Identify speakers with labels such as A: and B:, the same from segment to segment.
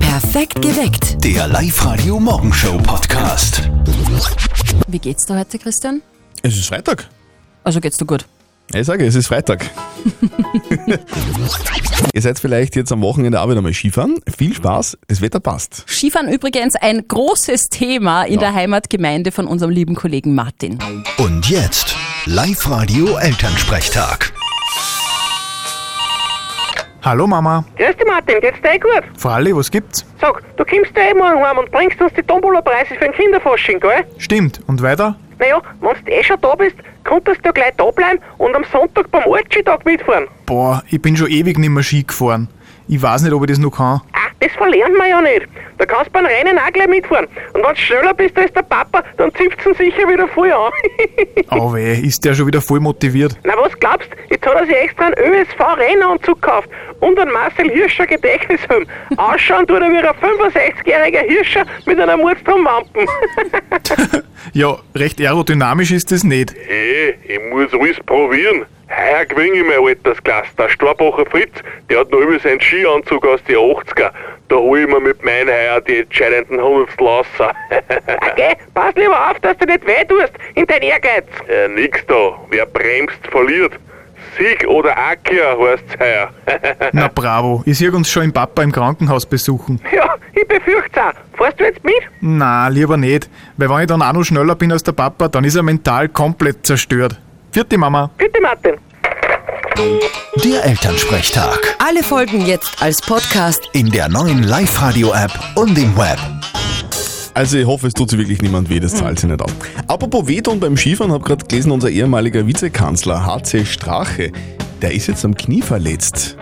A: Perfekt geweckt.
B: Der Live-Radio Morgenshow Podcast.
A: Wie geht's dir heute, Christian?
C: Es ist Freitag.
A: Also geht's dir gut.
C: Ich sage, es ist Freitag. Ihr seid vielleicht jetzt am Wochenende auch wieder mal Skifahren. Viel Spaß, das Wetter passt.
A: Skifahren übrigens ein großes Thema in der Heimatgemeinde von unserem lieben Kollegen Martin.
B: Und jetzt Live-Radio Elternsprechtag.
D: Hallo Mama.
E: Grüß dich Martin, geht's dir eh gut?
D: Fralli, was gibt's?
E: Sag, du kommst ja eh morgen heim und bringst uns die Tombola-Preise für den Kinderfasching, gell?
D: Stimmt, und weiter?
E: Naja, wenn du eh schon da bist, könntest du gleich da bleiben und am Sonntag beim Ortschi-Tag mitfahren.
D: Boah, ich bin schon ewig nimmer Ski gefahren. Ich weiß nicht, ob ich das noch kann.
E: Ah, das verlernt man ja nicht. Da kannst du beim Rennen auch gleich mitfahren. Und wenn du schneller bist als der Papa, dann zipft's ihn sicher wieder voll an.
D: Oh weh, ist der schon wieder voll motiviert.
E: Na was glaubst, jetzt hat er sich extra einen ÖSV-Rennanzug gekauft und einen Marcel Hirscher Gedächtnishelm. Ausschauen tut er wie ein 65-jähriger Hirscher mit einer Mordstromwampen.
D: Ja, recht aerodynamisch ist das nicht.
F: Hey, Eh, ich muss alles probieren. Heuer gewinne ich mein Altersklasse. Der Storbacher Fritz, der hat noch immer seinen Skianzug aus den 80er. Da hol ich mir mit meinen Heuer die entscheidenden Hundertstel raus.
E: Okay, pass lieber auf, dass du nicht weh tust in dein Ehrgeiz.
F: äh, nix da. Wer bremst, verliert. Sieg oder Akia heißt's heuer.
D: Na bravo, ich sehe uns schon im Papa im Krankenhaus besuchen.
E: Ja, ich befürchte auch. Fährst du jetzt mit?
D: Na, lieber nicht, weil wenn ich dann auch noch schneller bin als der Papa, dann ist er mental komplett zerstört. Vierte Mama.
E: Bitte, Martin.
B: Der Elternsprechtag.
G: Alle Folgen jetzt als Podcast.
B: In der neuen Live-Radio-App und im Web.
C: Also ich hoffe, es tut sich wirklich niemand weh, das zahlt sich nicht auf. Apropos Wehtun beim Skifahren, habe gerade gelesen, unser ehemaliger Vizekanzler HC Strache, der ist jetzt am Knie verletzt.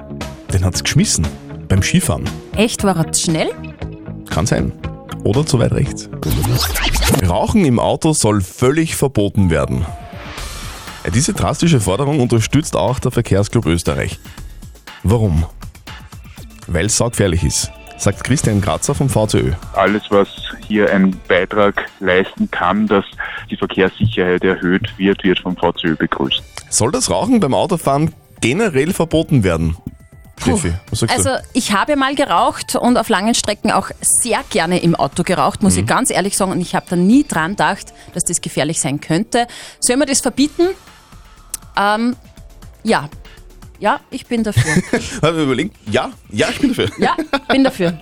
C: Den hat's geschmissen. Beim Skifahren.
A: Echt, war er zu schnell?
C: Kann sein. Oder zu weit rechts. Rauchen im Auto soll völlig verboten werden. Äh, Diese drastische Forderung unterstützt auch der Verkehrsclub Österreich. Warum? Weil es saugefährlich ist, sagt Christian Grazer vom VCÖ.
H: alles, was hier einen Beitrag leisten kann, dass die Verkehrssicherheit erhöht wird, wird vom VCÖ begrüßt.
C: Soll das Rauchen beim Autofahren generell verboten werden? Steffi, was sagst
A: Also, ich habe mal geraucht und auf langen Strecken auch sehr gerne im Auto geraucht, muss
C: Mhm.
A: ich ganz ehrlich sagen. Und ich habe da nie dran gedacht, dass das gefährlich sein könnte. Sollen wir das verbieten? Ähm, ja. Ja, ich bin dafür.
C: du? Habe ich überlegt? Ja, ja, ich bin dafür.
A: Ja, bin dafür.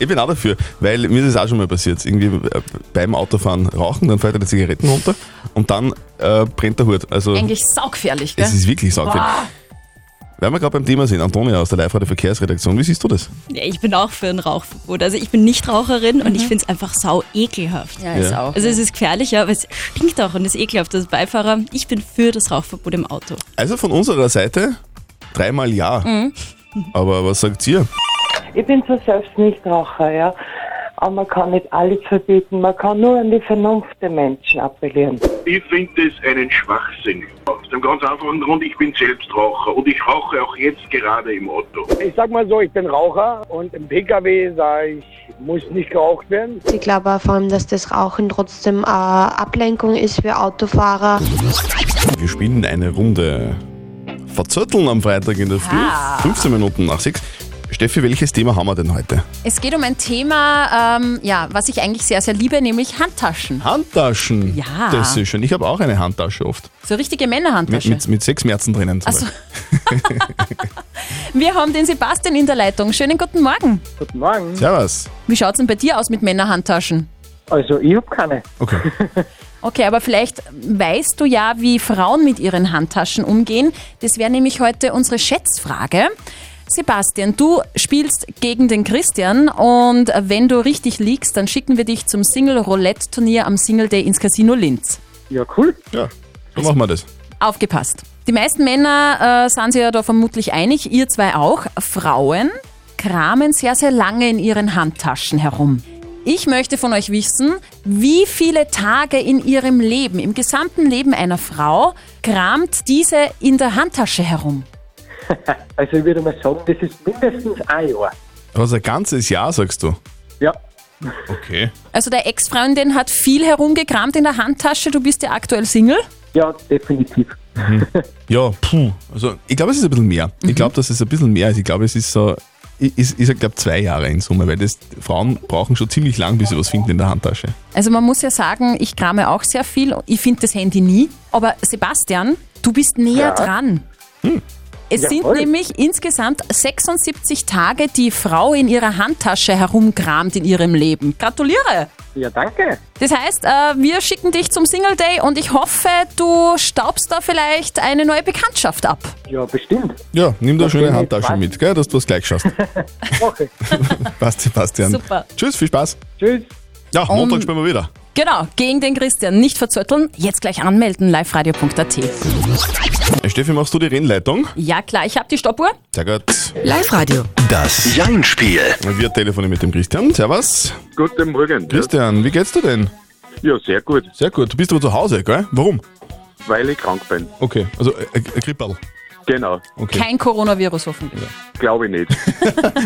C: Ich bin auch dafür, weil mir ist das auch schon mal passiert. Irgendwie äh, beim Autofahren rauchen, dann fällt er die Zigaretten runter und dann äh, brennt der Hut. Also
A: Eigentlich saugefährlich, gell?
C: es ist wirklich saugfähig. Weil wir gerade beim Thema sind, Antonia aus der live verkehrsredaktion wie siehst du das?
I: Ja, ich bin auch für ein Rauchverbot. Also ich bin Nichtraucherin und
J: Mhm.
I: ich finde es einfach sau ekelhaft.
A: Ja, ist
C: Ja.
A: auch.
I: Also es ist gefährlicher, aber es stinkt auch und ist ekelhaft als Beifahrer. Ich bin für das Rauchverbot im Auto.
C: Also von unserer Seite dreimal ja. Aber was sagt ihr?
K: Ich bin zwar selbst Nichtraucher, ja, aber man kann nicht alles verbieten. Man kann nur an die Vernunft der Menschen appellieren.
F: Ich finde es einen Schwachsinn. Aus dem ganz einfachen Grund, ich bin selbst Raucher und ich rauche auch jetzt gerade im Auto.
E: Ich sag mal so, ich bin Raucher und im PKW sage ich, muss nicht geraucht werden.
L: Ich glaube vor allem, dass das Rauchen trotzdem eine Ablenkung ist für Autofahrer.
C: Wir spielen eine Runde Verzötteln am Freitag in der Früh, 15 Minuten nach 6. Steffi, welches Thema haben wir denn heute?
A: Es geht um ein Thema, ähm, ja, was ich eigentlich sehr, sehr liebe, nämlich Handtaschen.
C: Handtaschen.
A: Ja.
C: Das ist schön. Ich habe auch eine Handtasche oft.
A: So richtige
C: Mit,
A: Männerhandtasche. Also
C: mit, mit sechs Märzen drinnen. Zum Beispiel.
A: Wir haben den Sebastian in der Leitung. Schönen guten Morgen.
K: Guten Morgen.
C: Servus.
A: Wie schaut's denn bei dir aus mit Männerhandtaschen?
K: Also, ich hab keine.
C: Okay.
A: Okay, aber vielleicht weißt du ja, wie Frauen mit ihren Handtaschen umgehen. Das wäre nämlich heute unsere Schätzfrage. Sebastian, du spielst gegen den Christian und wenn du richtig liegst, dann schicken wir dich zum Single-Roulette-Turnier am Single Day ins Casino Linz.
K: Ja, cool.
C: Ja, so machen wir das.
A: Aufgepasst. Die meisten Männer äh, sind sich ja da vermutlich einig, ihr zwei auch. Frauen kramen sehr, sehr lange in ihren Handtaschen herum. Ich möchte von euch wissen, wie viele Tage in ihrem Leben, im gesamten Leben einer Frau, kramt diese in der Handtasche herum?
K: Also, ich würde mal sagen, das ist mindestens ein Jahr.
C: Also ein ganzes Jahr, sagst du?
K: Ja.
C: Okay.
A: Also der Ex-Freundin hat viel herumgekramt in der Handtasche, du bist ja aktuell Single.
K: Ja, definitiv.
C: Ja, puh. Also ich glaube, es ist ein bisschen mehr. Ich glaube, das ist ein bisschen mehr. Also ich glaube, es ist so Ich, ich, ich glaube zwei Jahre in Summe, weil das, Frauen brauchen schon ziemlich lang, bis sie was finden in der Handtasche.
A: Also man muss ja sagen, ich krame auch sehr viel. Ich finde das Handy nie. Aber Sebastian, du bist näher
C: Ja.
A: dran.
C: Hm.
A: Es
C: Jawohl.
A: sind nämlich insgesamt 76 Tage, die Frau in ihrer Handtasche herumkramt in ihrem Leben. Gratuliere!
M: Ja, danke.
A: Das heißt, äh, wir schicken dich zum Single Day und ich hoffe, du staubst da vielleicht eine neue Bekanntschaft ab.
M: Ja, bestimmt.
C: Ja, nimm da
M: Das
C: schöne
M: bin ich
C: Handtaschen
M: weiß.
C: mit, gell, dass du was gleich schaust. Passt, Sebastian.
A: Super.
C: Tschüss, viel Spaß.
M: Tschüss.
C: Ja, Montag
A: Um,
C: spielen wir wieder.
A: Genau, gegen den Christian. Nicht verzötteln, jetzt gleich anmelden, liveradio.at.
C: Steffi, machst du die Rennleitung?
A: Ja klar, ich habe die Stoppuhr.
C: Sehr gut.
A: Live-Radio.
C: Das Jein-Spiel. Wir telefonieren mit dem Christian. Servus.
N: Guten Morgen.
C: Christian, wie geht's dir denn?
N: Ja, sehr gut.
C: Sehr gut. Du bist aber zu Hause, gell? Warum?
N: Weil ich krank bin.
C: Okay, also äh, äh, Grippal.
N: Genau.
C: Okay.
A: Kein Coronavirus hoffentlich.
N: Glaube ich nicht.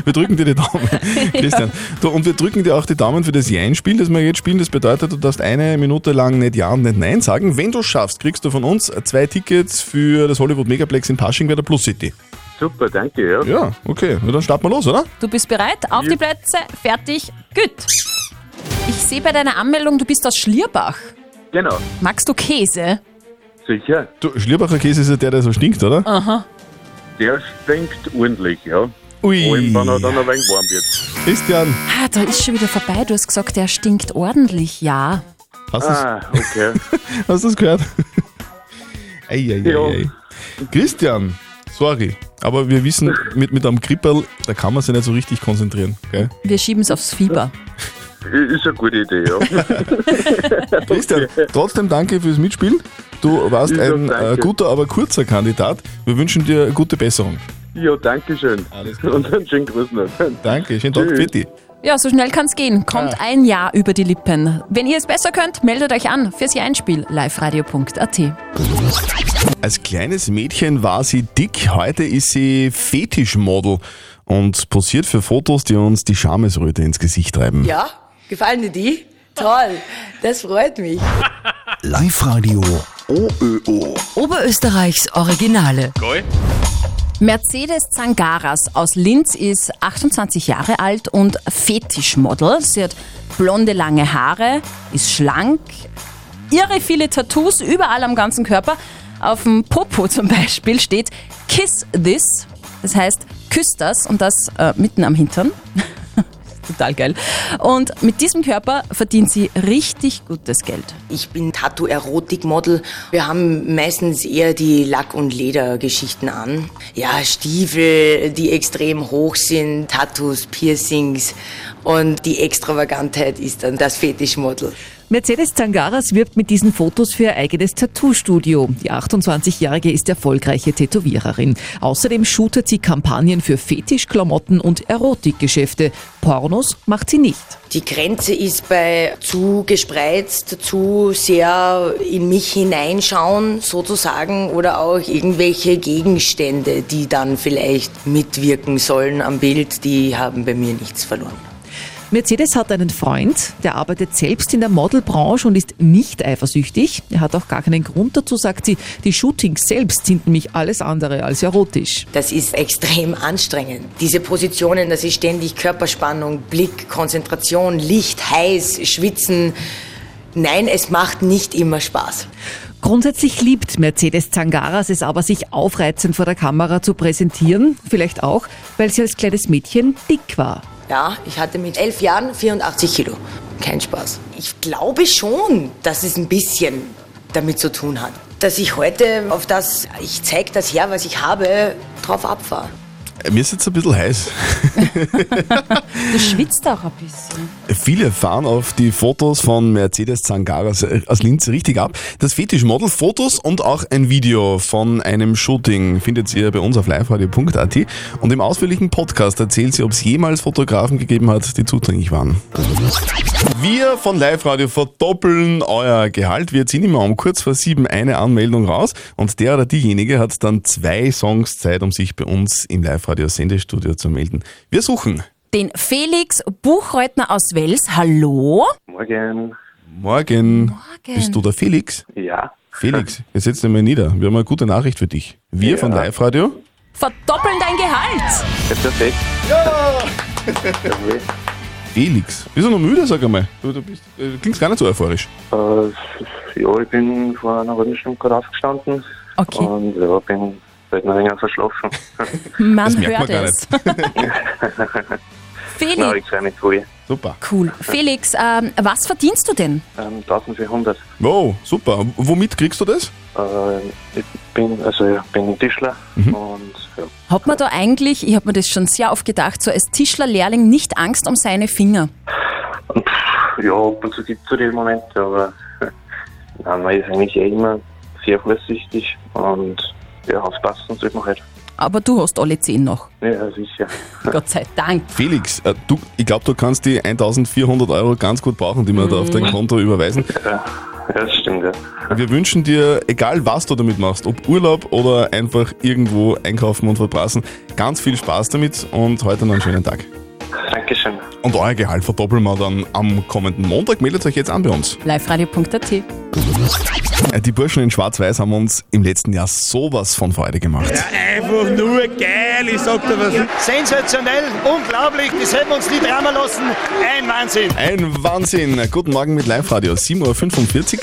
C: Wir drücken dir die Daumen, Christian. Du, und wir drücken dir auch die Daumen für das Jein-Spiel, das wir jetzt spielen. Das bedeutet, du darfst eine Minute lang nicht Ja und nicht Nein sagen. Wenn du schaffst, kriegst du von uns zwei Tickets für das Hollywood Megaplex in Pasching bei der Plus City.
N: Super, danke, ja.
C: Ja, okay. Na, dann starten wir los, oder?
A: Du bist bereit? Auf die Plätze, fertig, gut. Ich sehe bei deiner Anmeldung, du bist aus Schlierbach.
N: Genau.
A: Magst du Käse?
N: Sicher.
C: Du, Ah. Schlierbacher Käse ist ja der, der so stinkt, oder?
A: Aha.
N: Der stinkt ordentlich, ja.
C: Ui.
N: Vor allem, wenn er dann ein wenig warm wird.
C: Christian.
A: Ah, da ist schon wieder vorbei. Du hast gesagt, der stinkt ordentlich, ja.
C: Hast
N: ah, okay.
C: Hast du es gehört? ei, ei, ei, ei. Christian, sorry, aber wir wissen, mit, mit einem Kripperl, da kann man sich nicht so richtig konzentrieren. Gell?
A: Wir schieben es aufs Fieber.
N: Ist eine gute Idee, ja.
C: Christian, trotzdem danke fürs Mitspielen. Du warst
N: Ich sag
C: ein äh,
N: danke.
C: guter, aber kurzer Kandidat. Wir wünschen dir gute Besserung.
N: ja, danke schön. Alles klar. Und einen schönen Gruß noch.
C: Danke, schönen Tag, Fetti.
A: Ja, so schnell kann's gehen. Kommt ein Jahr über die Lippen. Wenn ihr es besser könnt, meldet euch an fürs Einspiel liveradio.at.
C: Als kleines Mädchen war sie dick, heute ist sie Fetischmodel und posiert für Fotos, die uns die Schamesröte ins Gesicht treiben.
J: Ja, gefallen dir die? Toll, das freut mich.
B: Live-Radio OÖO.
G: Oberösterreichs Originale.
A: Mercedes Zangaras aus Linz ist 28 Jahre alt und Fetischmodel. Sie hat blonde, lange Haare, ist schlank, irre viele Tattoos überall am ganzen Körper. Auf dem Popo zum Beispiel steht Kiss This, das heißt küss das und das äh, mitten am Hintern. Total geil. Und mit diesem Körper verdient sie richtig gutes Geld.
J: Ich bin Tattoo-Erotik-Model. Wir haben meistens eher die Lack- und Ledergeschichten an. Ja, Stiefel, die extrem hoch sind, Tattoos, Piercings. Und die Extravagantheit ist dann das Fetischmodel.
O: Mercedes Zangaras wirbt mit diesen Fotos für ihr eigenes Tattoo-Studio. Die 28-Jährige ist erfolgreiche Tätowiererin. Außerdem shootet sie Kampagnen für Fetischklamotten und Erotikgeschäfte. Pornos macht sie nicht.
J: Die Grenze ist bei zu gespreizt, zu sehr in mich hineinschauen sozusagen oder auch irgendwelche Gegenstände, die dann vielleicht mitwirken sollen am Bild, die haben bei mir nichts verloren.
O: Mercedes hat einen Freund, der arbeitet selbst in der Modelbranche und ist nicht eifersüchtig. Er hat auch gar keinen Grund dazu, sagt sie. Die Shootings selbst sind nämlich alles andere als erotisch.
J: Das ist extrem anstrengend. Diese Positionen, das ist ständig Körperspannung, Blick, Konzentration, Licht, heiß, schwitzen. Nein, es macht nicht immer Spaß.
O: Grundsätzlich liebt Mercedes Zangaras es aber, sich aufreizend vor der Kamera zu präsentieren. Vielleicht auch, weil sie als kleines Mädchen dick war.
J: Ja, ich hatte mit elf Jahren 84 Kilo. Kein Spaß. Ich glaube schon, dass es ein bisschen damit zu tun hat. Dass ich heute auf das, ich zeig das her, was ich habe, drauf abfahre.
C: Mir ist jetzt ein bisschen heiß.
A: Du schwitzt auch ein bisschen.
C: Viele fahren auf die Fotos von Mercedes Zangaras äh, aus Linz richtig ab. Das Fetischmodel, Fotos und auch ein Video von einem Shooting findet ihr bei uns auf liveradio.at. Und im ausführlichen Podcast erzählt sie, ob es jemals Fotografen gegeben hat, die zudringlich waren. Wir von Live Radio verdoppeln euer Gehalt. Wir ziehen immer um kurz vor sieben eine Anmeldung raus und der oder diejenige hat dann zwei Songs Zeit, um sich bei uns im Live Radio Sendestudio zu melden. Wir suchen
A: Den Felix Buchreutner aus Wels. Hallo?
N: Morgen.
C: Morgen. Bist du der Felix?
N: Ja.
C: Felix, jetzt setz dich mal nieder. Wir haben eine gute Nachricht für dich. Wir von Live Radio.
A: Verdoppeln dein Gehalt!
F: Ja, perfekt.
C: Ja!
F: Jawohl.
C: Felix, bist du noch müde, sag einmal? Du, du bist, äh, klingst gar nicht so euphorisch.
F: Äh, ja, ich bin vor einer halben Stunde gerade aufgestanden.
A: Okay.
F: Und ja, bin seit einer länger verschlafen.
A: Man
F: Das merkt
A: hört
F: man gar
A: es.
F: Nein,
A: Felix,
F: ich freue mich voll.
C: Super.
A: cool. Felix, ähm, was verdienst du denn?
F: Ähm, 1400.
C: Wow, super. Womit kriegst du das?
F: Äh, ich bin, also ich bin Tischler und ja.
A: Hat man da eigentlich, ich habe mir das schon sehr oft gedacht, so als Tischlerlehrling nicht Angst um seine Finger?
F: Ja, ab und zu gibt es so die Momente, aber nein, man ist eigentlich eh immer sehr vorsichtig und ja, aufpassen sollte man halt.
A: Aber du hast alle zehn noch.
F: Ja, sicher.
A: Gott sei Dank.
C: Felix, äh, du, ich glaube, du kannst die 1400 Euro ganz gut brauchen, die wir da auf dein Konto überweisen.
F: Ja, das stimmt, ja.
C: Wir wünschen dir, egal was du damit machst, ob Urlaub oder einfach irgendwo einkaufen und verbrassen, ganz viel Spaß damit und heute noch einen schönen Tag.
F: Dankeschön.
C: Und euer Gehalt verdoppeln wir dann am kommenden Montag. Meldet euch jetzt an bei uns.
A: liveradio.at
C: Äh, Die Burschen in Schwarz-Weiß haben uns im letzten Jahr sowas von Freude gemacht.
D: Einfach nur geil, ich sag dir was. Sensationell, unglaublich, das hätten wir uns nie dreimal lassen. Ein Wahnsinn.
C: Ein Wahnsinn. Guten Morgen mit Live-Radio, 7.45 Uhr.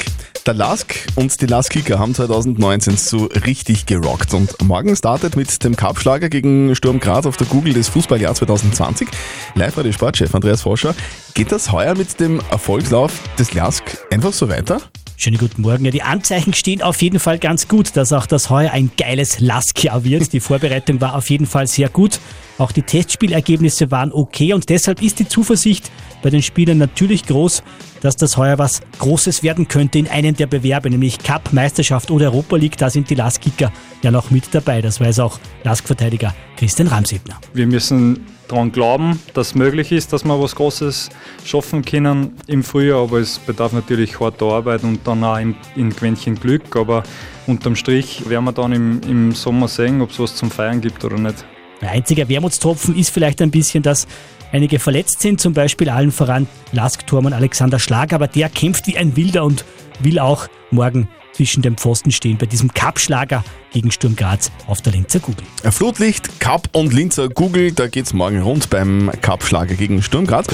C: Der Lask und die Lask-Kicker haben 2019 so richtig gerockt. Und morgen startet mit dem Kapschlager gegen Sturm Graz auf der Google das Fußballjahr 2020. Live-Radio-Sportchef Andreas Forscher, geht das heuer mit dem Erfolgslauf des Lask einfach so weiter?
J: Schönen guten Morgen. Ja, die Anzeichen stehen auf jeden Fall ganz gut, dass auch das heuer ein geiles Laskjahr wird. Die Vorbereitung war auf jeden Fall sehr gut. Auch die Testspielergebnisse waren okay und deshalb ist die Zuversicht bei den Spielern natürlich groß, dass das heuer was Großes werden könnte in einem der Bewerbe, nämlich Cup, Meisterschaft oder Europa League. Da sind die Lask-Kicker ja noch mit dabei. Das weiß auch Lask-Verteidiger Christian Ramsebner.
N: Wir müssen daran glauben, dass es möglich ist, dass wir was Großes schaffen können im Frühjahr, aber es bedarf natürlich harter Arbeit und dann auch ein, ein Quäntchen Glück. Aber unterm Strich werden wir dann im, im Sommer sehen, ob es was zum Feiern gibt oder nicht.
J: Ein einziger Wermutstropfen ist vielleicht ein bisschen, dass einige verletzt sind, zum Beispiel allen voran Lask-Tormann Alexander Schlag, aber der kämpft wie ein Wilder und will auch morgen zwischen den Pfosten stehen bei diesem Kappschlager gegen Sturm Graz auf der Linzer Kugel.
C: Äh, Flutlicht, Cup und Linzer Google, da geht's morgen rund beim Cup-Schlager gegen Sturm Graz.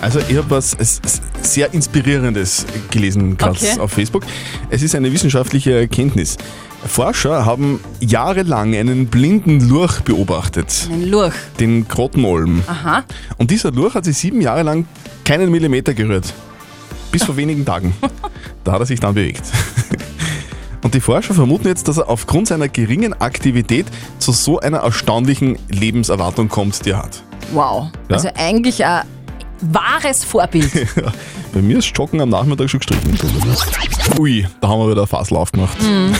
C: Also ich habe was s- s- sehr Inspirierendes gelesen gerade
P: Okay.
C: auf Facebook. Es ist eine wissenschaftliche Erkenntnis. Forscher haben jahrelang einen blinden Lurch beobachtet.
A: Ein Lurch.
C: Den Grottenolm.
A: Aha.
C: Und dieser Lurch hat sich sieben Jahre lang keinen Millimeter gerührt. Bis vor wenigen Tagen. Da hat er sich dann bewegt. Und die Forscher vermuten jetzt, dass er aufgrund seiner geringen Aktivität zu so einer erstaunlichen Lebenserwartung kommt, die er hat.
A: Wow.
C: Ja.
A: Also eigentlich ein wahres Vorbild.
C: Bei mir ist Joggen am Nachmittag schon gestrichen. Ui, da haben wir wieder ein Fassel aufgemacht.
A: Mhm.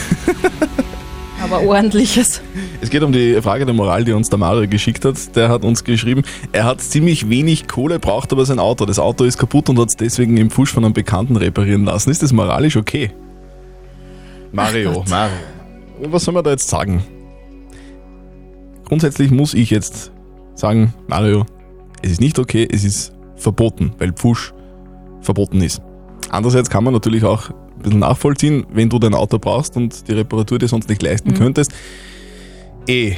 A: Aber ordentliches.
C: Es geht um die Frage der Moral, die uns der Mario geschickt hat. Der hat uns geschrieben, er hat ziemlich wenig Kohle, braucht aber sein Auto. Das Auto ist kaputt und hat es deswegen im Fusch von einem Bekannten reparieren lassen. Ist das moralisch okay? Mario, Mario. Was soll man da jetzt sagen? Grundsätzlich muss ich jetzt sagen, Mario, es ist nicht okay, es ist verboten, weil Pfusch verboten ist. Andererseits kann man natürlich auch ein bisschen nachvollziehen, wenn du dein Auto brauchst und die Reparatur dir sonst nicht leisten
Q: Mhm.
C: könntest. Eh,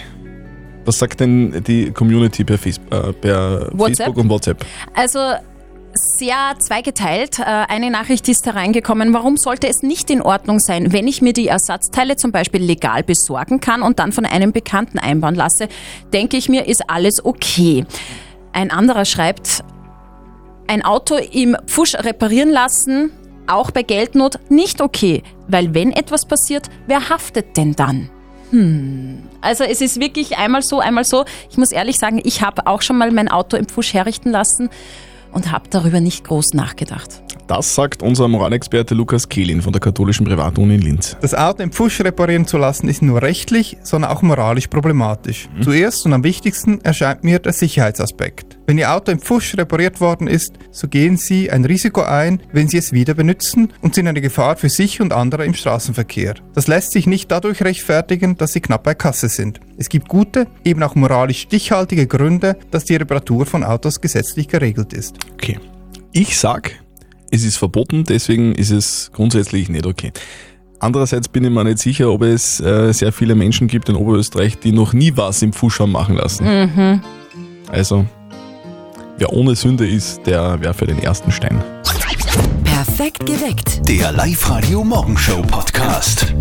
C: was sagt denn die Community per, Face äh, per
A: WhatsApp?
C: Facebook und WhatsApp?
A: Also sehr zweigeteilt. Äh, Eine Nachricht ist hereingekommen. Warum sollte es nicht in Ordnung sein, wenn ich mir die Ersatzteile zum Beispiel legal besorgen kann und dann von einem Bekannten einbauen lasse? Denke ich mir, ist alles okay. Ein anderer schreibt, ein Auto im Pfusch reparieren lassen, auch bei Geldnot, nicht okay. Weil wenn etwas passiert, wer haftet denn dann? Hm. Also es ist wirklich einmal so, einmal so. Ich muss ehrlich sagen, ich habe auch schon mal mein Auto im Pfusch herrichten lassen und habe darüber nicht groß nachgedacht.
C: Das sagt unser Moralexperte Lukas Kehlin von der katholischen Privatuni in Linz.
R: Das Auto im Pfusch reparieren zu lassen, ist nur rechtlich, sondern auch moralisch problematisch. Zuerst und am wichtigsten erscheint mir der Sicherheitsaspekt. Wenn Ihr Auto im Pfusch repariert worden ist, so gehen Sie ein Risiko ein, wenn Sie es wieder benutzen und sind eine Gefahr für sich und andere im Straßenverkehr. Das lässt sich nicht dadurch rechtfertigen, dass Sie knapp bei Kasse sind. Es gibt gute, eben auch moralisch stichhaltige Gründe, dass die Reparatur von Autos gesetzlich geregelt ist.
C: Okay. Ich sag, es ist verboten, deswegen ist es grundsätzlich nicht okay. Andererseits bin ich mir nicht sicher, ob es äh, sehr viele Menschen gibt in Oberösterreich, die noch nie was im Fusch haben machen lassen.
A: Mhm.
C: Also, wer ohne Sünde ist, der wäre für den ersten Stein.
G: Perfekt geweckt.
B: Der Live-Radio Morgenshow Podcast.